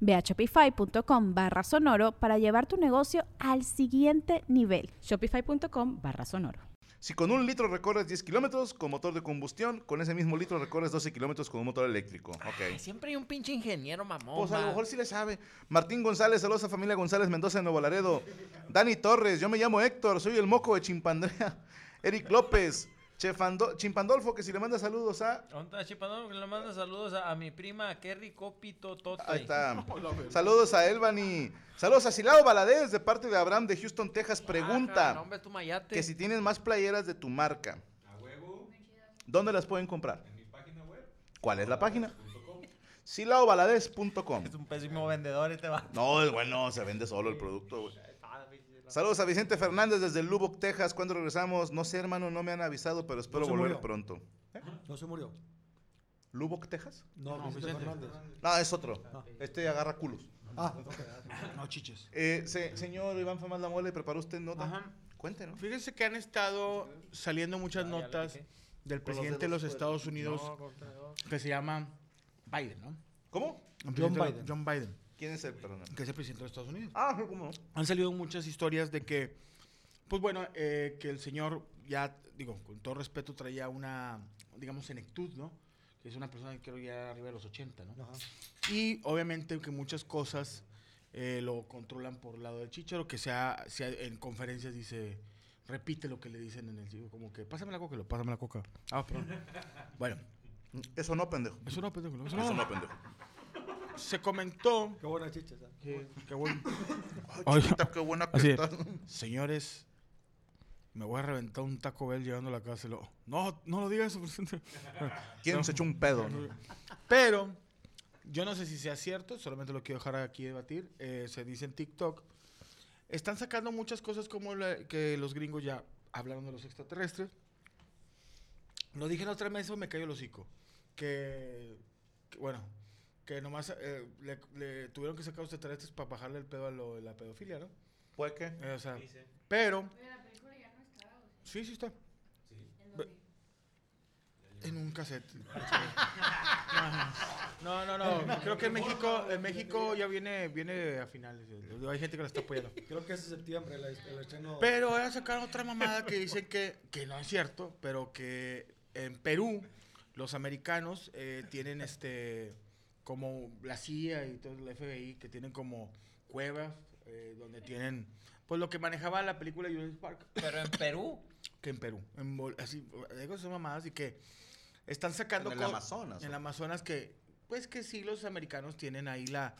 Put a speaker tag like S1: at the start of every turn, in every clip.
S1: Ve a shopify.com barra sonoro para llevar tu negocio al siguiente nivel.
S2: Shopify.com barra sonoro.
S3: Si con un litro recorres 10 kilómetros con motor de combustión, con ese mismo litro recorres 12 kilómetros con un motor eléctrico.
S4: Ay,
S3: Ok.
S4: siempre hay un pinche ingeniero mamón.
S3: Pues a lo
S4: man.
S3: mejor sí le sabe. Martín González, saludos a familia González Mendoza de Nuevo Laredo. Dani Torres, yo me llamo Héctor, soy el moco de Chimpandrea. Eric López, Chefando- Chimpandolfo, que si le manda saludos a.
S5: Onda, Chipanón, le mando saludos a, a mi prima Kerry Copito Tote.
S3: Ahí está. Saludos a Elvani. Saludos a Silao Valadez de parte de Abraham de Houston, Texas. Pregunta.
S4: Ajá, Ah, no, hombre, tú mayate.
S3: que si tienen más playeras de tu marca, ¿dónde las pueden comprar? En mi página web. ¿Cuál es la página? Silaobalades.com.
S5: Es un pésimo vendedor este va.
S3: No, es bueno, se vende solo el producto, güey. Saludos a Vicente Fernández desde Lubbock, Texas. Cuando regresamos, no sé, hermano, no me han avisado, pero espero
S6: se
S3: volver
S6: murió.
S3: pronto.
S6: No se murió.
S3: ¿Lubbock, Texas?
S6: No, Vicente Fernández.
S3: No, es otro. Este agarra culos.
S6: Ah, ok. No chiches.
S3: Eh, se- señor Iván Famás La Mole, ¿preparó usted nota?
S7: Ajá.
S3: Cuéntenos.
S7: Fíjense que han estado saliendo muchas notas del presidente de los Estados Unidos que se llama Biden, ¿no?
S3: ¿Cómo?
S7: El presidente de-
S6: Biden.
S7: John Biden,
S3: ¿Quién es el perdón?
S7: que es el presidente de los Estados Unidos.
S3: Ah, ¿cómo?
S7: Han salido muchas historias de que, pues bueno, eh, que el señor ya, digo, con todo respeto, traía una, digamos, senectud, ¿no? Que es una persona que creo ya arriba de los 80, ¿no? Y obviamente que muchas cosas eh, lo controlan por el lado del chicharo, que sea, sea en conferencias dice, repite lo que le dicen en el sitio, como que, pásame la coca, y lo, pásame la coca. Ah, perdón. bueno,
S3: Eso no, pendejo.
S7: eso no, pendejo, no, eso no.
S3: Eso no, pendejo.
S7: Se comentó
S6: Qué buena chiches. ¿eh?
S7: que, que bueno,
S3: Ay, chiquita, qué buena que
S7: Así
S3: estás.
S7: señores, me voy a reventar un Taco Bell llegando a la casa. y lo- no, no lo digas eso, presidente.
S3: ¿Quién
S7: No.
S3: se echó un pedo? no?
S7: Pero yo no sé si sea cierto, solamente lo quiero dejar aquí debatir. eh, se dice en TikTok. Están sacando muchas cosas como la- que los gringos ya hablaron de los extraterrestres. Lo dije en otra mesa y me cayó el hocico. Que, que, bueno, que nomás eh, le, le tuvieron que sacar los extraterrestres para bajarle el pedo a lo de la pedofilia, ¿no?
S3: ¿Puede que?
S7: Eh, o sea, pero... Sí, sí está. Ve- En un cassette. No, no, no. Creo que en México, en México ya viene, viene a finales. eh, Hay gente que la está apoyando.
S6: Creo que es en septiembre el, el estreno.
S7: Pero ahora sacaron otra mamada que dicen que, que no es cierto, pero que en Perú los americanos eh, tienen este como la CIA y todo el FBI que tienen como cuevas eh, donde tienen pues lo que manejaba la película Jurassic Park
S4: Pero en Perú.
S7: que en Perú. En Bol- así, digo, son mamadas y que están sacando...
S3: En el
S7: co-
S3: Amazonas,
S7: En
S3: ¿o?
S7: el Amazonas que, pues que sí, los americanos tienen ahí la,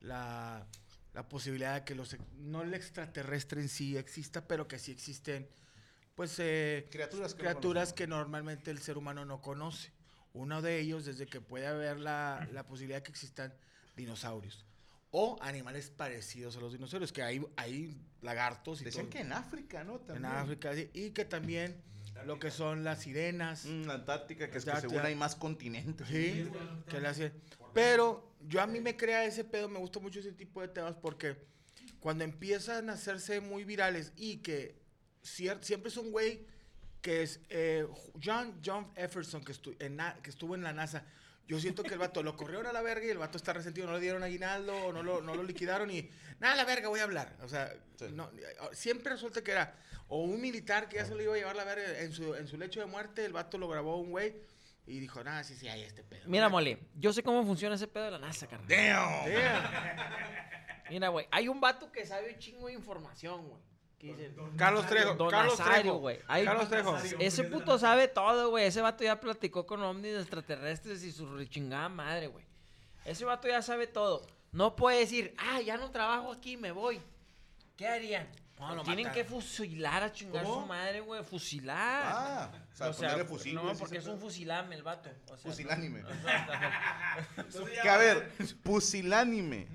S7: la, la posibilidad de que los... ex- No el extraterrestre en sí exista, pero que sí existen, pues... eh,
S3: Criaturas que no
S7: criaturas
S3: conocemos.
S7: que normalmente el ser humano no conoce. Uno de ellos, desde que puede haber la, la posibilidad que existan dinosaurios. O animales parecidos a los dinosaurios, que hay, hay lagartos y
S3: Decían
S7: todo.
S3: que en África, ¿no? También.
S7: En África, sí, y que también lo que son las sirenas,
S3: Mm, la Antártica, que es que
S7: Antártida.
S3: según hay más continentes.
S7: ¿sí? que le hacen. Pero yo a mí me crea ese pedo, me gusta mucho ese tipo de temas porque cuando empiezan a hacerse muy virales y que cier- siempre es un güey que es eh, John, John Efferson, que, estu- en na- que estuvo en la NASA. Yo siento que el vato lo corrieron a la verga y el vato está resentido, no le dieron aguinaldo, o no lo, no lo liquidaron y nada, a la verga, voy a hablar. O sea,
S3: Sí.
S7: no, siempre resulta que era o un militar que ya se lo iba a llevar la verga en su, en su lecho de muerte, el vato lo grabó un güey y dijo, nada, sí, sí, hay este pedo.
S4: Mira, mole, yo sé cómo funciona ese pedo de la NASA, carnal.
S3: ¡Damn!
S7: Yeah.
S4: Mira, güey, hay un vato que sabe un chingo de información, güey.
S5: ¿Qué dice?
S7: Carlos Trejo.
S4: Don
S7: Carlos
S4: Nazario,
S7: Trejo.
S4: güey. Ahí-
S7: Carlos Trejo.
S4: Ese puto sabe todo, güey. Ese vato ya platicó con ovnis extraterrestres y su chingada madre, güey. Ese vato ya sabe todo. No puede decir, ah, ya no trabajo aquí, me voy. ¿Qué harían?
S7: No, lo
S4: Tienen
S7: matan.
S4: que fusilar a chingar
S7: ¿Cómo?
S4: su madre, güey. Fusilar.
S3: Ah, o sea, ponerle fusil.
S4: No,
S3: güey, sí
S4: porque
S3: se
S4: es un
S3: puede.
S4: fusilame el vato. O sea,
S3: Fusilánime.
S4: no-
S3: Que a ver, pusilánime.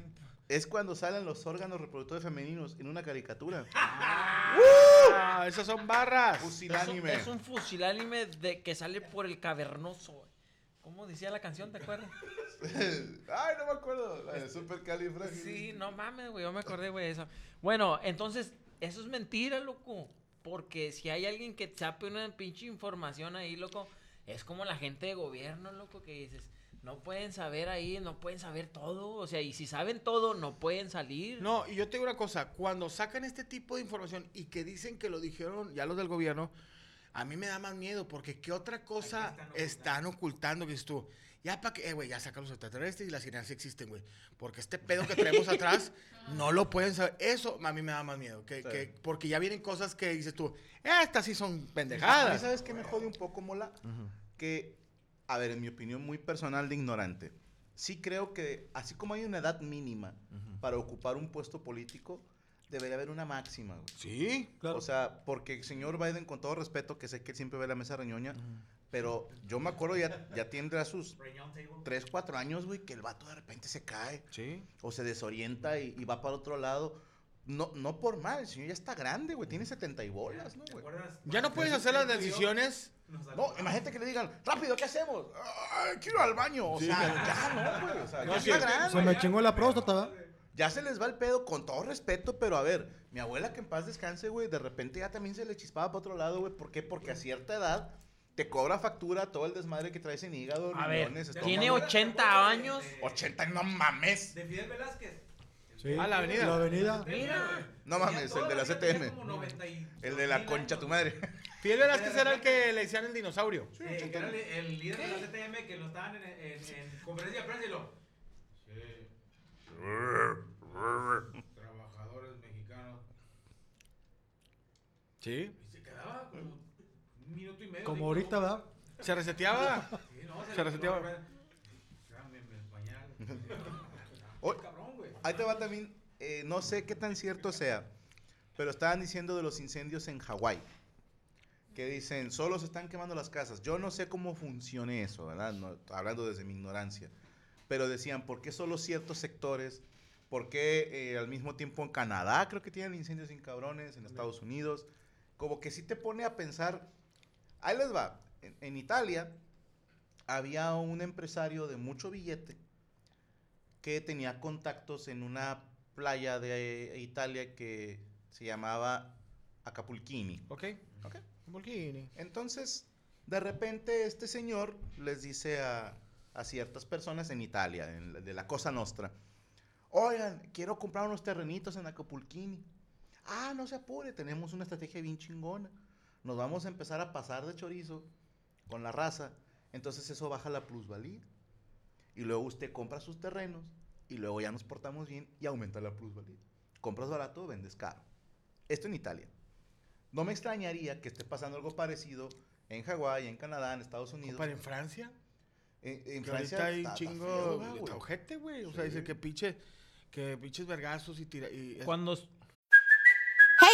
S3: Es cuando salen los órganos reproductores femeninos en una caricatura.
S7: Ah, esas son barras.
S4: Es un,
S3: Pusilánime.
S4: es un fusilánime de que sale por el cavernoso, güey. ¿Cómo decía la canción, te acuerdas?
S3: Ay, no me acuerdo. La de Supercalifragil.
S4: Sí, no mames, güey, yo me acordé, güey, de eso. Bueno, entonces, eso es mentira, loco. Porque si hay alguien que chape una pinche información ahí, loco, es como la gente de gobierno, loco, que dices, no pueden saber ahí, no pueden saber todo. O sea, y si saben todo, no pueden salir.
S7: No, y yo te digo una cosa, cuando sacan este tipo de información y que dicen que lo dijeron ya los del gobierno, a mí me da más miedo, porque ¿qué otra cosa están ocultando? que dices tú? Ya para que, eh, güey, ya sacan los extraterrestres y las sirenas sí existen, güey. Porque este pedo que traemos atrás no lo pueden saber. Eso a mí me da más miedo.
S3: Sí.
S7: Que, que- porque ya vienen cosas que dices tú, estas sí son
S3: ¿Y
S7: pendejadas.
S3: sabes qué me jode un poco, Mola? Que, a ver, en mi opinión muy personal de ignorante, sí creo que, así como hay una edad mínima para ocupar un puesto político, debería haber una máxima, güey.
S7: Sí.
S6: Claro.
S3: O sea, porque el señor Biden, con todo respeto, que sé que él siempre ve la mesa reñoña, pero yo me acuerdo, ya, ya tendrá sus 3, 4 años, güey, que el vato de repente se cae
S7: Sí.
S3: o se desorienta y, y va para otro lado. No, no por mal, el señor ya está grande, güey, tiene 70 y bolas, ¿no, güey?
S7: Ya no puedes hacer las decisiones.
S3: No, imagínate que le digan, rápido, ¿qué hacemos? "Ay, quiero ir al baño. O sea, ya no, güey. O sea, ya,
S7: sí.
S3: está grande.
S6: Se me chingó la próstata, ¿verdad?
S3: Ya se les va el pedo, con todo respeto, pero a ver, mi abuela que en paz descanse, güey, de repente ya también se le chispaba para otro lado, güey. ¿Por qué? Porque a cierta edad te cobra factura todo el desmadre que traes en hígado,
S4: A ver,
S3: riñones,
S4: tiene
S3: estómago.
S4: 80 años.
S3: 80, no mames.
S8: De Fidel Velázquez.
S6: Sí.
S7: Ah, la avenida.
S6: La avenida.
S4: Mira,
S3: No mames, el de la
S8: Como
S3: CTM.
S8: 90 y-
S3: El de la concha tu madre.
S7: Fidel Velázquez era el que le decían el dinosaurio.
S8: Sí, que era el, el líder de la CTM que lo estaban en, en- en conferencia de prensa y lo.
S9: Trabajadores mexicanos.
S7: Sí.
S8: Y se quedaba como un minuto y medio.
S6: Como
S8: digo,
S6: ahorita,
S8: no,
S6: ¿verdad?
S7: ¿Se reseteaba?
S8: sí, no,
S7: Se
S8: le-
S7: reseteaba.
S9: Cámbienme el pañal.
S3: Oy,
S8: Cabrón, güey.
S3: Oh, Ahí te va también, eh, no sé qué tan cierto sea, pero estaban diciendo de los incendios en Hawái. Que dicen, solo se están quemando las casas. Yo no sé cómo funcione eso, ¿verdad? No, hablando desde mi ignorancia. Pero decían, ¿por qué solo ciertos sectores? ¿Por qué eh, al mismo tiempo en Canadá creo que tienen incendios sin cabrones? En Estados Unidos. Como que sí te pone a pensar. Ahí les va. En- en Italia había un empresario de mucho billete que tenía contactos en una playa de Italia que se llamaba Acapulquini.
S7: Ok.
S3: Ok.
S7: Lamborghini.
S3: Entonces, de repente este señor les dice a, a ciertas personas en Italia, en la- de la Cosa Nostra, oigan, quiero comprar unos terrenitos en Acapulquini. Ah, no se apure, tenemos una estrategia bien chingona. Nos vamos a empezar a pasar de chorizo con la raza. Entonces eso baja la plusvalía. Y luego usted compra sus terrenos y luego ya nos portamos bien y aumenta la plusvalía. Compras barato, vendes caro. Esto en Italia. No me extrañaría que esté pasando algo parecido en Hawái, en Canadá, en Estados Unidos.
S7: Para en Francia.
S3: En, en
S7: que
S3: Francia
S7: ahorita hay
S3: está- está
S7: chingo.
S3: feo, ¿verdad, güey?
S7: está ojete, güey. O sea,
S3: Sí.
S7: dice que pinche. Que pinches vergazos y tira. Y es-
S5: Cuando
S10: Hey,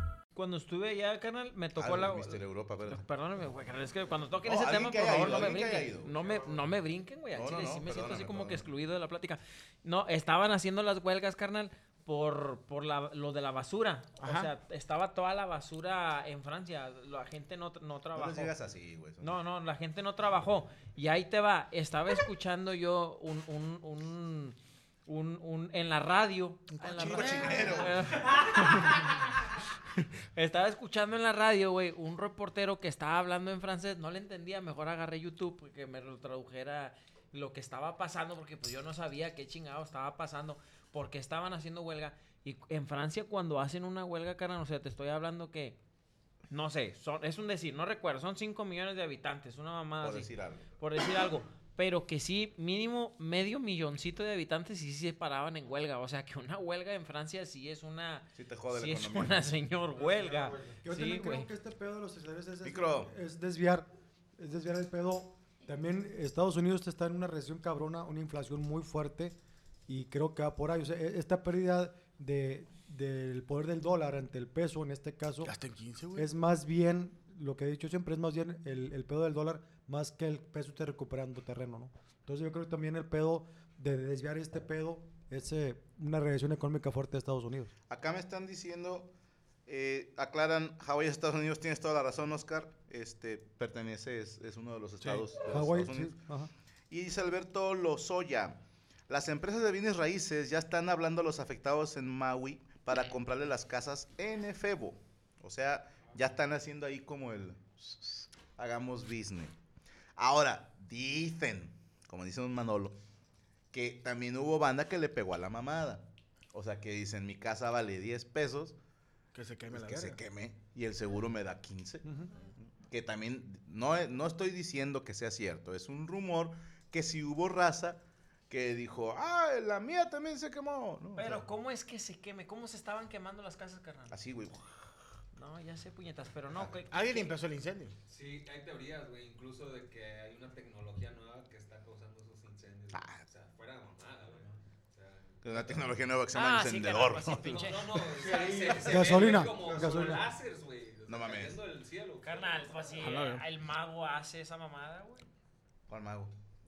S5: Cuando estuve allá, canal, me tocó
S3: Ah,
S5: la.
S3: Mister Europa, espérate.
S5: Perdóname, güey, carnal, es que cuando toquen
S3: No,
S5: ese tema,
S3: alguien que
S5: por
S3: haya
S5: favor, no
S3: ido,
S5: me
S3: alguien que haya
S5: brinquen.
S3: ido.
S5: No me, no me brinquen, güey. Al
S3: No, no,
S5: chile
S3: no,
S5: sí me siento así
S3: perdóname,
S5: como que
S3: perdóname.
S5: excluido de la plática. No, estaban haciendo las huelgas, carnal, por, por la- lo de la basura.
S7: Ajá.
S5: O sea, estaba toda la basura en Francia. La gente no, tra- no
S3: No
S5: trabajó.
S3: les digas así, güey. son-
S5: No, no, la gente no trabajó. Y ahí te va. Estaba escuchando yo un, un, un, un, un- en la radio. en la radio.
S3: cochinero.
S4: Estaba escuchando en la radio, güey, un reportero que estaba hablando en francés, no le entendía, mejor agarré YouTube porque me lo tradujera lo que estaba pasando, porque pues yo no sabía qué chingado estaba pasando, porque estaban haciendo huelga. Y en Francia cuando hacen una huelga, cara, o sea, te estoy hablando que, no sé, son, es un decir, no recuerdo, son 5 millones de habitantes, una mamada
S3: Por
S4: así.
S3: decir algo.
S4: Por decir algo. Pero que sí, mínimo medio milloncito de habitantes sí se paraban en huelga. O sea, que una huelga en Francia sí es una...
S3: Sí te jode la
S4: sí es
S3: economía.
S4: una señor huelga.
S6: Yo
S4: Sí,
S6: también
S4: güey.
S6: creo que este pedo de los escenarios es, des-
S3: Micro.
S6: es desviar, es desviar el pedo. También Estados Unidos está en una recesión cabrona, una inflación muy fuerte y creo que va por ahí. O sea, e- esta pérdida de, del poder del dólar ante el peso, en este caso,
S7: Hasta en 15, güey.
S6: es más bien, lo que he dicho siempre, es más bien el, el pedo del dólar más que el peso esté recuperando terreno, ¿no? Entonces yo creo que también el pedo de desviar este pedo es eh, una recesión económica fuerte de Estados Unidos.
S3: Acá me están diciendo, eh, aclaran, Hawái es Estados Unidos, tienes toda la razón, Oscar. Este, pertenece, es, es uno de los estados de los
S6: Hawái,
S3: Estados Unidos.
S6: sí, ajá.
S3: Y dice Alberto Lozoya, las empresas de bienes raíces ya están hablando a los afectados en Maui para comprarle las casas en efebo. O sea, ya están haciendo ahí como el hagamos business. Ahora, dicen, como dice un Manolo, que también hubo banda que le pegó a la mamada. O sea, que dicen, mi casa vale 10 pesos.
S7: Que se queme
S3: pues
S7: la
S3: que se
S7: verga.
S3: queme. Y el seguro me da 15. Que también, no, e- no estoy diciendo que sea cierto. Es un rumor que si hubo raza que dijo, ah, la mía también se quemó. ¿no? O sea,
S4: Pero ¿cómo es que se queme? ¿Cómo se estaban quemando las casas, carnal?
S3: así, güey.
S4: No, ya sé, puñetas, pero no. que-
S7: Alguien empezó el incendio.
S9: Sí, hay teorías, güey, incluso de que hay una tecnología nueva que está causando esos incendios. güey.
S7: Ah.
S9: O sea, fuera de mamada, güey. O sea,
S3: Una tecnología nueva que se llama
S9: Ah, sí,
S3: encendedor.
S9: carnal, pues sí, pinche. No, no, no, o sea, se- se
S6: Gasolina,
S9: ve como
S6: gasolina.
S9: láseres, güey, o sea,
S3: No mames.
S9: cayendo del cielo.
S4: Carnal, pues si
S7: A la verga.
S4: el mago hace esa mamada, güey.
S3: ¿Cuál mago?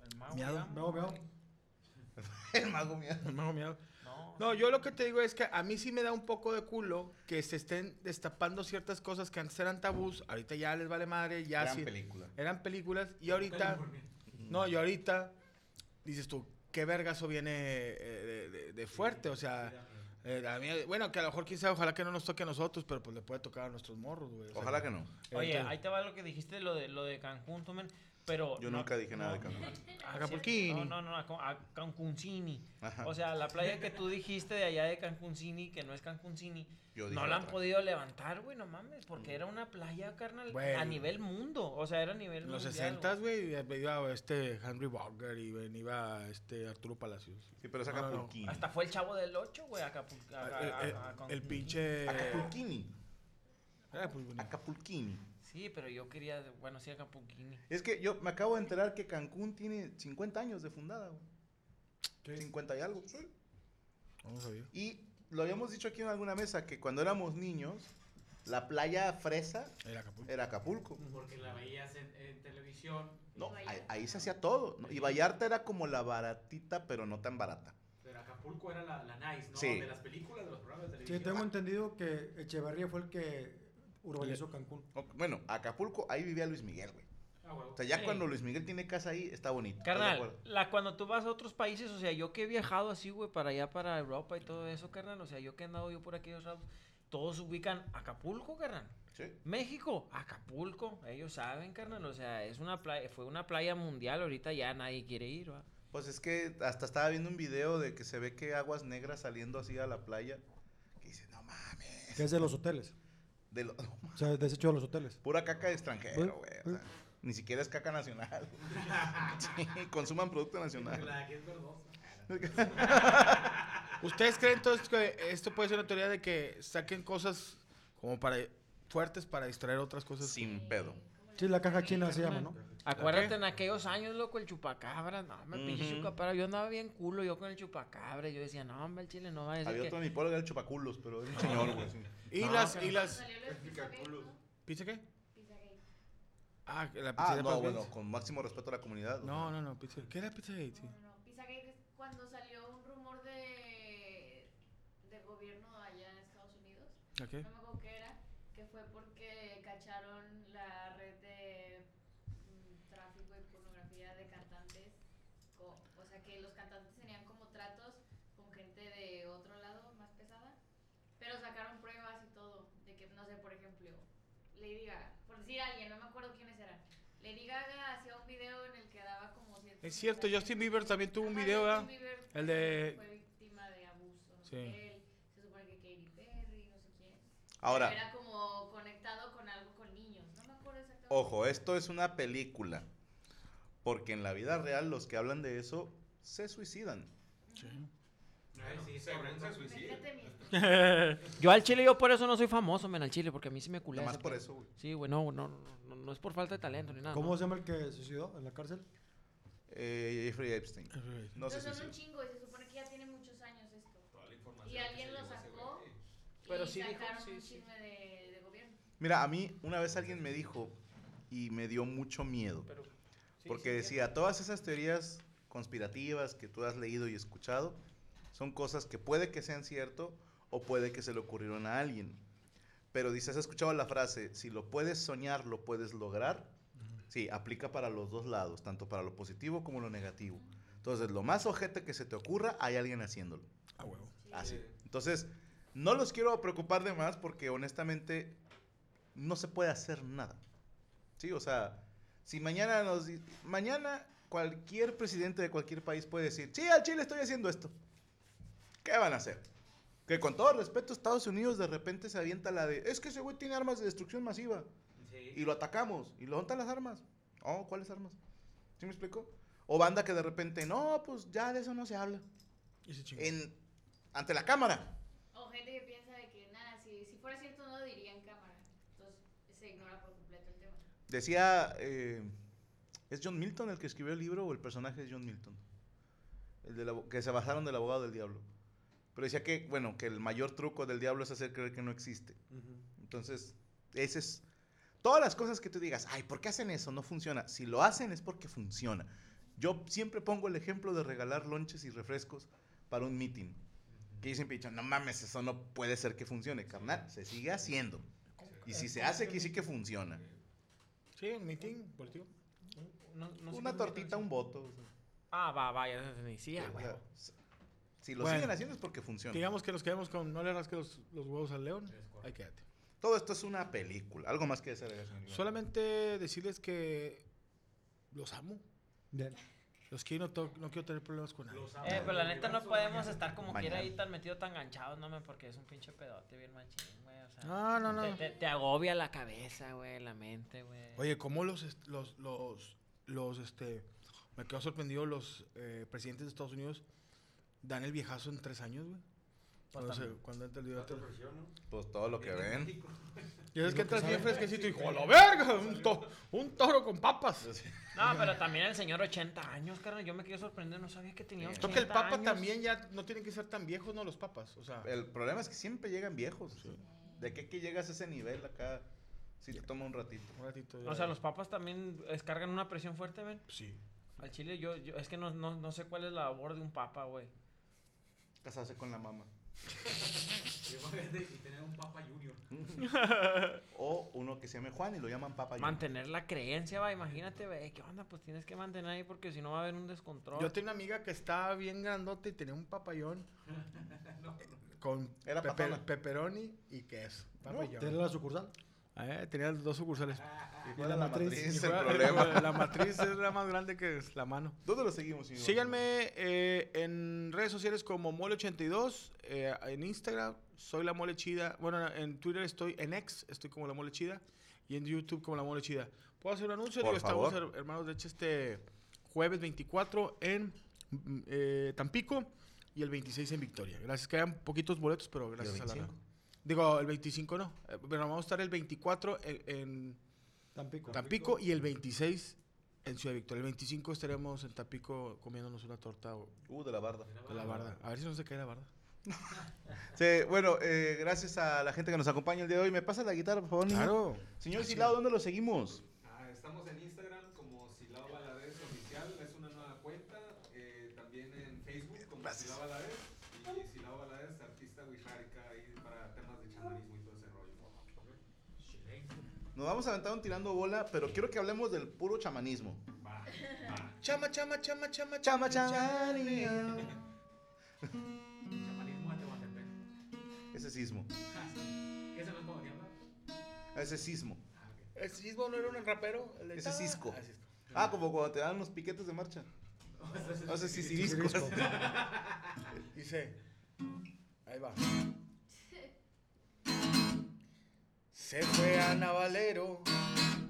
S4: El mago.
S7: Miau,
S4: digamos,
S6: miau, miau.
S4: güey.
S3: El mago miedo.
S7: Me hago miedo.
S4: No.
S7: No, yo lo que te digo es que a mí sí me da un poco de culo que se estén destapando ciertas cosas que antes eran tabús, ahorita ya les vale madre, ya
S3: Gran
S7: sí-
S3: película.
S7: eran películas y ahorita no, y ahorita dices tú, qué vergazo viene eh, de, de- de fuerte, o sea, eh, a mí- bueno, que a lo mejor quizá ojalá que no nos toque a nosotros, pero pues le puede tocar a nuestros morros, güey. o sea,
S3: Ojalá que no.
S4: Oye,
S7: ahorita-
S4: ahí te va lo que dijiste, lo de, lo de Cancún, tú, men, Pero.
S3: Yo
S4: no-
S3: nunca dije nada de
S4: no,
S3: Cancún.
S4: Ah,
S7: Acapulquini.
S4: sí, No, no, no, a, Ca- a Cancuncini.
S3: Ajá.
S4: O sea, la playa que tú dijiste de allá de Cancuncini, que no es Cancuncini,
S3: Yo dije
S4: no la han
S3: otra. Mm.
S4: podido levantar, güey, no mames, porque era una playa, carnal, a
S7: Bueno.
S4: nivel mundo. O sea, era a nivel
S7: En los
S4: mundial,
S7: 60 güey, iba este Henry Walker y ven- iba este Arturo Palacios.
S3: Sí, pero es
S7: No, no, no.
S3: Acapulquini.
S4: güey. Hasta fue el chavo del 8, güey, a Acapulco. a-
S7: El,
S4: a-
S7: Eh, el-
S4: a- a
S7: el
S4: Cancún.
S7: pinche.
S3: Acapulquini.
S7: Ah, pues, bueno.
S3: Acapulquini.
S4: Sí, pero yo quería, bueno, sí, a Acapulquini.
S3: Es que yo me acabo de enterar que Cancún tiene 50 años de fundada, güey. 50 y algo. sí.
S7: Vamos a ver.
S3: Y lo habíamos dicho aquí en alguna mesa que cuando éramos niños, la playa fresa
S7: El Acapulco.
S3: era Acapulco.
S8: Porque la veías en, en televisión.
S3: No, ahí, ahí se hacía todo. ¿no? Y Vallarta era como la baratita, pero no tan barata.
S8: Pero Acapulco era la, la nice, ¿no?
S3: Sí.
S8: De las películas, de los programas de
S6: Sí,
S8: televisión.
S6: tengo entendido que Echevarría fue el que urbanizó Cancún.
S3: O- Bueno, Acapulco, ahí vivía Luis Miguel, güey.
S8: Ah, huevo.
S3: O sea, ya
S4: Sí.
S3: cuando Luis Miguel tiene casa ahí, está bonito. ¿estás de
S4: Carnal,
S3: acuerdo?
S4: la, cuando tú vas a otros países, o sea, yo que he viajado así, güey, para allá, para Europa y todo eso, carnal, o sea, yo que he andado yo por aquellos lados, todos ubican Acapulco, carnal.
S3: Sí.
S4: México, Acapulco, ellos saben, carnal, o sea, es una playa, fue una playa mundial, ahorita ya nadie quiere ir, va.
S3: Pues es que hasta estaba viendo un video de que se ve que aguas negras saliendo así a la playa. Que dice, no mames.
S6: Que es de los hoteles.
S3: De lo- no,
S6: O sea, desecho de los hoteles.
S3: pura caca de extranjero,
S6: Uy,
S3: güey. o sea, ni siquiera es caca nacional. Sí, consuman producto nacional.
S8: La que es verdosa.
S7: ¿Ustedes creen entonces que esto puede ser una teoría de que saquen cosas como para fuertes para distraer otras cosas?
S3: pues, Sin pedo.
S6: Sí, la caja china se llama, ¿no?
S4: Acuérdate en aquellos años, loco, el chupacabra, no, me pinche
S3: Ujú.
S4: chupacabra, yo andaba bien culo, yo con el chupacabra, yo decía, no, hombre, el chile no va a decir
S3: Había
S4: que...
S3: otro en mi pueblo que era el chupaculos, pero era un señor, güey. sí.
S7: Y
S4: No,
S7: las
S4: que
S7: y
S4: no.
S7: las ¿Pizza qué? Ah, que la
S3: Ah,
S7: pizzería
S3: no,
S7: Paz
S3: bueno,
S7: Gates.
S3: con máximo respeto a la comunidad. o
S7: No,
S3: sea,
S7: no, no, pizza. ¿Qué era Pizza Gate? Sí.
S11: Pizzagate es cuando salió un rumor de del gobierno allá en Estados Unidos,
S7: Ok.
S11: no me acuerdo qué era, que fue porque cacharon la red de mm, tráfico y pornografía de cantantes, co- o sea que los cantantes tenían como tratos con gente de otro lado más pesada, pero sacaron pruebas y todo de que no
S10: no sé, por ejemplo, Lady Gaga, por decir a alguien, no me acuerdo quiénes eran. Lady Gaga hacía un video en el que daba como ciertos
S7: Es cierto,
S10: mensajes.
S7: Justin Bieber también tuvo un
S10: Ajá,
S7: video, ¿verdad?
S10: Justin Bieber
S7: El de...
S10: Fue víctima de abuso. no sé
S7: Sí.
S11: Eh,
S10: qué, él, se supone que Katy Perry, no sé quién.
S3: Ahora.
S10: Pero era como conectado con algo con niños. No me acuerdo exactamente.
S3: Ojo, esto es una película. Porque en la vida real los que hablan de eso se suicidan.
S8: Ay, sí, según se suicida.
S4: yo al chile, yo por eso no soy famoso, men, al chile, porque a mí sí me culé.
S3: Nomás
S4: ese
S3: por
S4: pedo.
S3: eso, güey.
S4: Sí, güey, no, no, no, no es por falta de talento ni nada.
S6: ¿Cómo
S4: no.
S6: se llama el que se suicidó en la cárcel?
S3: Eh, Jeffrey Epstein. No se
S10: Pero son
S3: suicida.
S10: un chingo y se supone que ya tiene muchos años esto.
S8: información
S10: Y
S8: que
S10: alguien
S8: se
S10: lo
S8: llevó ese
S10: sacó.
S8: güey.
S10: Y
S8: Pero sí dijo,
S10: sacaron
S8: sí,
S10: un
S8: sí.
S10: chisme de, de gobierno.
S3: Mira, a mí una vez alguien me dijo y me dio mucho miedo. porque decía, todas esas teorías conspirativas que tú has leído y escuchado son cosas que puede que sean cierto o puede que se le ocurrieron a alguien. Pero dice, ¿has escuchado la frase? Si lo puedes soñar, lo puedes lograr. Sí, aplica para los dos lados, tanto para lo positivo como lo negativo. Entonces, lo más ojete que se te ocurra, hay alguien haciéndolo.
S7: A huevo.
S3: Así. Entonces, no los quiero preocupar de más porque honestamente no se puede hacer nada. Sí, o sea, si mañana nos di- mañana cualquier presidente de cualquier país puede decir, "Sí, al Chile estoy haciendo esto." ¿Qué van a hacer? Que con todo respeto Estados Unidos de repente se avienta la de, "Es que ese güey tiene armas de destrucción masiva." Y lo atacamos y lo juntan las armas. Oh, ¿cuáles armas? ¿Sí me explico? O banda que de repente, "No, pues ya de eso no se habla." En ante la cámara.
S10: O gente que piensa de que nada, si, si fuera cierto no lo diría en cámara. Entonces se ignora por completo el tema.
S3: Decía, eh, ¿es John Milton el que escribió el libro o el personaje es John Milton? El del abo- que se basaron del abogado del diablo. Pero decía que, bueno, que el mayor truco del diablo es hacer creer que no existe. Entonces, ese es... Todas las cosas que tú digas, ay, ¿por qué hacen eso? No funciona. Si lo hacen es porque funciona. Yo siempre pongo el ejemplo de regalar lonches y refrescos para un meeting. Que dicen, pinche, no mames, eso no puede ser que funcione, carnal. Se sigue haciendo. Y si se hace, que sí que funciona.
S7: Sí, un meeting político.
S4: No- no sé
S3: Una
S4: qué-
S3: tortita, un voto. o sea.
S4: Ah, va, va, ya te entendí. Sí, a
S3: O
S4: huevo.
S3: sea, s- Si lo
S7: Bueno.
S3: siguen haciendo es porque funciona.
S7: Digamos que nos quedamos con no le rasques los, los huevos al león. Ahí quédate.
S3: Todo esto es una película. Algo más que hacer. señor Iván.
S7: Solamente decirles que los amo.
S6: Bien.
S7: Los quiero, no, to- no quiero tener problemas con nadie.
S4: Eh, pero la neta no podemos estar como
S7: Mañana.
S4: quiera ahí tan metido, tan enganchados, no, men, porque es un pinche pedote bien machín, güey, o sea.
S7: No, no, no.
S4: Te, te- te agobia la cabeza, güey, la mente, güey.
S7: Oye, ¿cómo los, est- los, los, los, este, me quedo sorprendido los eh, presidentes de Estados Unidos dan el viejazo en tres años, güey?
S3: Pues
S7: Cuando, se-
S3: también.
S7: cuando entra el video.
S3: Pues todo lo que ven.
S7: Y es que
S3: lo que
S7: entras bien
S3: saben.
S7: fresquecito y dijo, ¡a la verga! Un, to- un toro con papas.
S4: No, pero también el señor 80 años, carnal, yo me quedé sorprendido, no sabía que tenía 80
S7: Creo que el papa
S4: años.
S7: también ya no tienen que ser tan viejos, ¿no? Los papas, o sea.
S3: El problema es que siempre llegan viejos. ¿De qué que llegas a ese nivel acá? Si te toma un ratito.
S7: Un ratito.
S4: O sea, los papas también descargan una presión fuerte, ven.
S7: Sí.
S4: Al chile yo, yo es que no, no, no sé cuál es la labor de un papa, güey.
S3: Casarse con la mamá.
S12: Y tener un Papa Junior.
S3: o uno que se llame Juan y lo llaman Papa John.
S4: Mantener la creencia, va, imagínate, güey, ¿qué onda? Pues tienes que mantener ahí porque si no va a haber un descontrol.
S7: Yo tenía una amiga que estaba bien grandota y tenía un papayón con
S4: Era
S7: pepe-
S4: patona.
S7: pepperoni y queso. Papayón.
S6: ¿Tenía la sucursal?
S7: Eh, tenía dos sucursales.
S3: Ah.
S6: ¿Y cuál es la matriz?
S7: y
S6: Es el
S7: fuera-
S6: problema.
S7: La matriz es la más grande que es la mano.
S3: ¿Dónde lo seguimos? señor?
S7: Síganme eh, en redes sociales como Mole82, eh, en Instagram soy La Mole Chida, bueno, en Twitter estoy, en X estoy como La Mole Chida y en YouTube como La Mole Chida. ¿Puedo hacer un anuncio?
S3: Por
S7: Digo, estamos,
S3: favor.
S7: her- hermanos, de hecho este jueves 24 en mm, eh, Tampico y el 26 en Victoria. Gracias, quedan poquitos boletos, pero gracias a la...
S3: 25?
S7: Digo, el 25 no, eh, pero vamos a estar el 24 en- en
S6: Tampico.
S7: Tampico y el 26 en Ciudad Victoria. El 25 estaremos en Tampico comiéndonos una torta o-
S3: Uh, de la barda.
S7: de la barda. A ver si no se cae la barda.
S3: Sí, bueno, eh, gracias a la gente que nos acompaña el día de hoy. ¿Me pasa la guitarra, por favor? niño?
S7: Claro.
S3: Señor Silao, ¿dónde lo seguimos?
S8: Ah, estamos en Instagram como Silao Valadez Oficial, es una nueva cuenta. eh, también en Facebook como Silao Valadez y Silao Valadez, artista Wixárika, ahí para temas de chamanismo y todo ese rollo.
S3: Nos vamos a aventar un tirando bola, pero quiero que hablemos del puro chamanismo.
S7: Chama, chama, chama, chama,
S3: chama, chama.
S12: Chamanismo de Tehuantepec.
S3: Ese sismo.
S12: ¿Qué se nos podía hablar?
S3: Ese sismo.
S7: ¿El sismo no era un rapero? El de-
S3: Ese cisco.
S7: Ah, Cisco.
S3: Ah, como cuando te dan los piquetes de marcha. No sé si cisco.
S7: Dice. Ahí va. Se fue Ana Valero.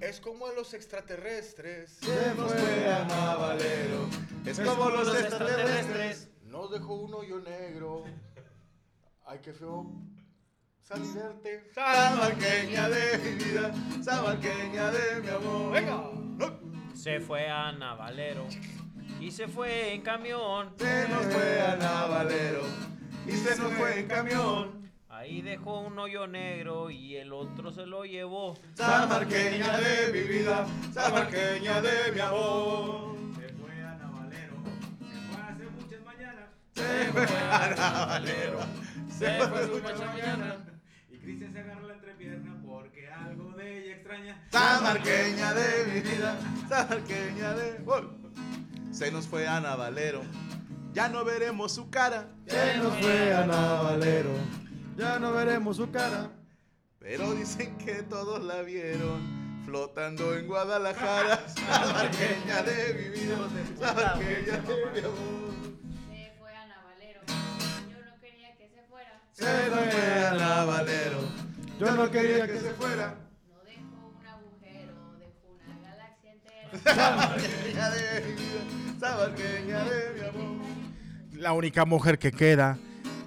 S7: Es como a los extraterrestres.
S3: Se nos fue Ana Valero. Es como los extraterrestres.
S7: Nos dejó un hoyo negro. Ay, qué feo. Salirte.
S3: Salamanqueña de mi vida. Salamanqueña de mi amor.
S7: Venga.
S5: Se fue Ana Valero y se fue en camión.
S3: Se nos fue Ana Valero y se nos fue en camión.
S5: Ahí dejó un hoyo negro y el otro se lo llevó.
S3: Salamanqueña de mi vida. Salamanqueña de mi amor. Se fue Ana Valero. Se fue hace muchas mañanas.
S8: Y Cristian se agarra la entrepierna porque algo de ella extraña.
S3: Salamanqueña de mi vida. Salamanqueña de. ¡Gol! Se nos fue Ana Valero. Ya no veremos su cara.
S6: Se nos fue Ana Valero. Ya no veremos su cara.
S3: Pero dicen que todos la vieron flotando en Guadalajara. Salamanqueña de mi vida. Salamanqueña de mi amor.
S11: Se fue Ana Valero. Yo no quería que se fuera.
S3: Se nos fue Ana Valero. Yo no quería que se fuera.
S11: No dejó un agujero, dejó una galaxia entera.
S3: Salamanqueña de mi vida. Salamanqueña de mi amor.
S7: La única mujer que queda.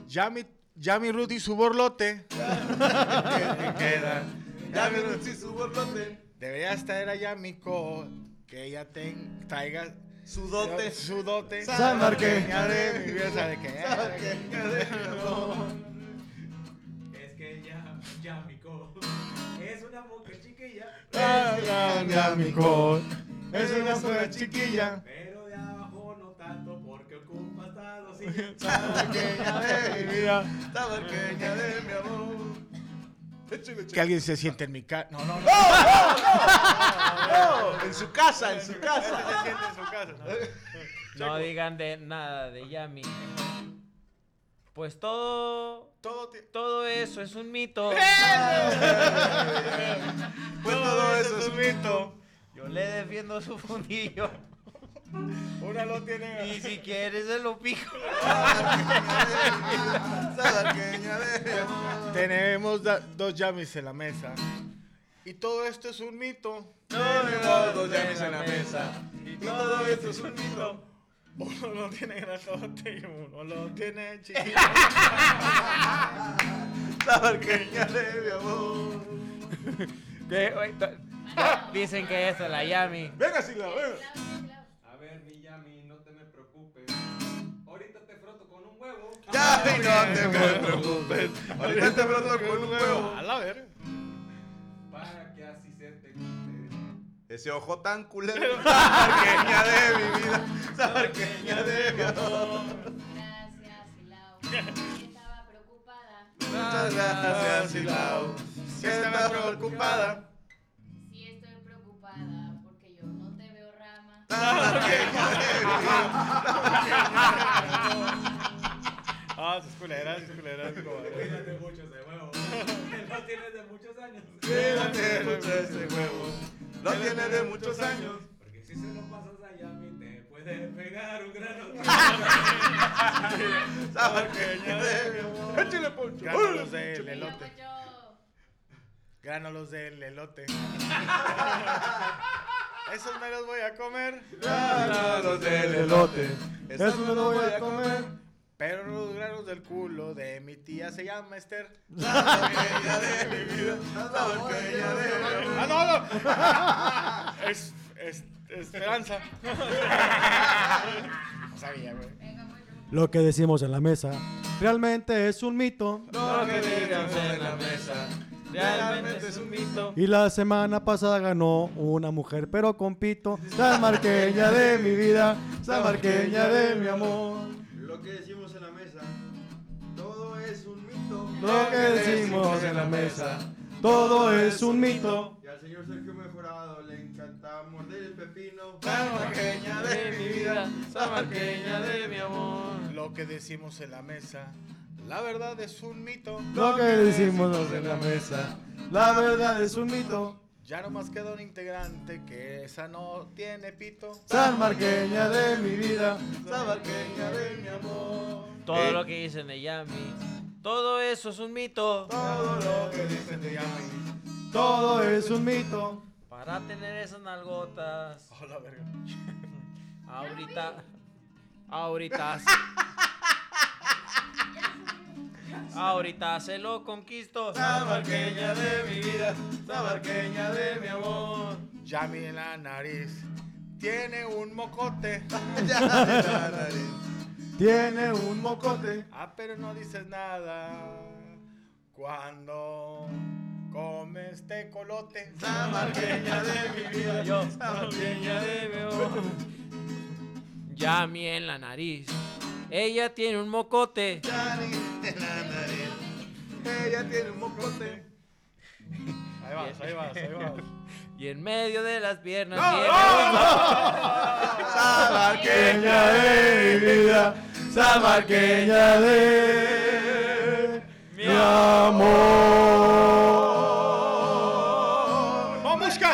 S7: Ya mi, ya mi Ruth y su borlote.
S3: que queda. Ya mi Ruth y su borlote.
S7: Debería estar allá mi co. Que ella te traiga.
S3: Su dote.
S7: Su dote.
S3: San Marqués.
S7: Ya de mi vida, ¿sabe qué?
S3: Salamanqueña de mi amor.
S8: Es que ya, ya, mico. Es una boca chiquilla.
S3: Salamanqueña, mi cor. Es una sola chiquilla.
S8: Pero de abajo no tanto porque ocupa hasta dos
S3: Salamanqueña de mi vida. Salamanqueña de mi amor.
S7: Que alguien se siente en mi casa. No, no, no.
S3: ¡Oh! En su casa, en su casa.
S7: siente en su casa.
S5: No digan de nada de Yami. Pues todo,
S7: Todo te-
S5: todo eso es un mito.
S3: Pues todo eso es un mito.
S5: Yo le defiendo su fundillo.
S7: Una lo tiene.
S5: Y si quieres se lo pico.
S3: Salamanqueña de mi amor.
S7: Tenemos da- dos llamis en la mesa. Y todo esto es un mito.
S3: Tenemos dos llaves en la mesa. Y todo esto es un mito.
S7: Uno lo tiene grandote y uno lo tiene chiquito.
S3: Salamanqueña de mi amor.
S5: Que, oye, to- ya Dicen que es la Yami.
S3: Venga, Silva, venga.
S8: A ver, mi Yami, no te me preocupes. Ahorita te froto con un huevo.
S3: Ya, y no te me preocupes. Ahorita te broto con un huevo.
S7: A la ver.
S8: Para que así se te quite.
S3: Ese ojo tan culero. Salamanqueña de mi vida. Salamanqueña de mi amor.
S11: Gracias, Silao. Yo Estaba preocupada.
S3: Muchas gracias, Silao. Si estaba preocupada.
S11: Sí, estoy preocupada porque yo no te veo rama.
S3: Salamanqueña Ah, de mi vida.
S7: Ah, sus culeras, sus culeras.
S8: Cuídate mucho de huevo. Que no tienes de muchos años.
S3: Cuídate mucho de ese huevo. Lo tiene de muchos años.
S8: Porque si se lo pasas a Yami, te puede pegar un grano.
S3: Salamanqueña Ah, de mi amor. Échale, pues. Poncho.
S7: Gránalos del
S11: Venga,
S7: elote.
S11: Poncho.
S7: Gránalos del elote. Esos me los voy a comer.
S3: Granados del elote. Eso me lo voy a comer.
S7: Pero los granos del culo de mi tía se llama Esther.
S3: Salamanqueña de mi vida. Salamanqueña de mi amor.
S7: Ah, no, no. Es, es- esperanza. No sabía, güey.
S11: Venga, Poncho.
S6: Lo que decimos en la mesa realmente es un mito.
S3: Lo que digan en la mesa. Realmente es un mito.
S6: Y la semana pasada ganó una mujer, pero con pito. Salamanqueña de mi vida, Salamanqueña de mi amor.
S13: Lo que decimos en la mesa, todo es un mito.
S6: Lo que decimos en la mesa, todo es un mito.
S13: Y al señor Sergio Mejorado le encantaba morder el pepino.
S3: Salamanqueña de mi vida. Salamanqueña de mi amor.
S7: Lo que decimos en la mesa, la verdad es un mito.
S6: Lo que decimos
S3: en la mesa.
S6: La verdad es un mito.
S7: Ya nomás queda un integrante que esa no tiene pito.
S6: San Marqueña de mi vida.
S7: San Marqueña de mi amor.
S5: Todo lo que dicen de Yami. Todo eso es un mito.
S7: Todo lo que dicen de Yami.
S6: Todo es un mito.
S5: Para tener esas nalgotas.
S7: Hola, verga.
S5: Ahorita. Ahorita. Ahorita se lo conquisto.
S7: Sabarqueña de mi vida, sabarqueña de mi amor. Yami en la nariz tiene un mocote. Yami en la nariz.
S6: Tiene un mocote.
S7: Ah, pero no dices nada cuando este comes tecolote. Sabarqueña de mi vida,
S5: Yo.
S7: sabarqueña de mi amor.
S5: Yami en la nariz. Ella tiene un mocote.
S7: Yami en la nariz. Ella tiene un mocote. Ahí vas, ahí vas, ahí vas.
S5: Y en medio de las piernas
S7: ¡No!
S5: tiene
S7: ¡No!
S5: un mocote.
S6: Samarqueña de mi vida. Samarqueña de mi amor.
S7: ¡Mamushka!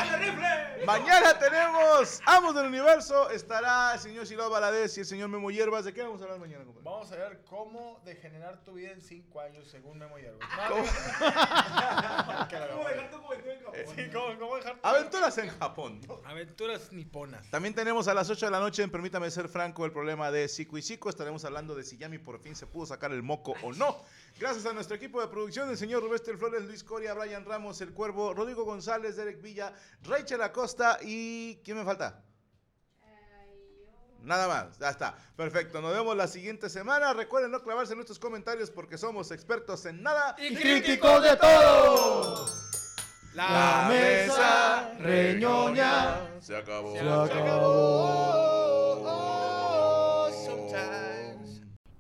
S3: Mañana tenemos Amos del Universo. Estará el señor Silao Valadez y el señor Memo Hierbas. ¿De qué vamos a hablar mañana, compadre?
S7: Vamos a ver cómo degenerar tu vida en 5 años según Memo Hierba. Ah, ¿Cómo dejar tu juventud en Japón? Sí, ¿cómo, cómo dejar tu
S3: Aventuras en Japón.
S7: Aventuras niponas.
S3: También tenemos a las 8 de la noche, en permítame ser franco, el problema de Sico y Sico. Estaremos hablando de si Yami por fin se pudo sacar el moco o no. Gracias a nuestro equipo de producción, el señor Rubén Flores, Luis Coria, Brian Ramos, El Cuervo, Rodrigo González, Derek Villa, Rachel Acosta y... ¿Quién me falta? Nada más, ya está. Perfecto, nos vemos la siguiente semana. Recuerden no clavarse en nuestros comentarios porque somos expertos en nada
S6: Y críticos de todo.
S3: La mesa
S6: reñoña
S3: se acabó.
S6: se acabó.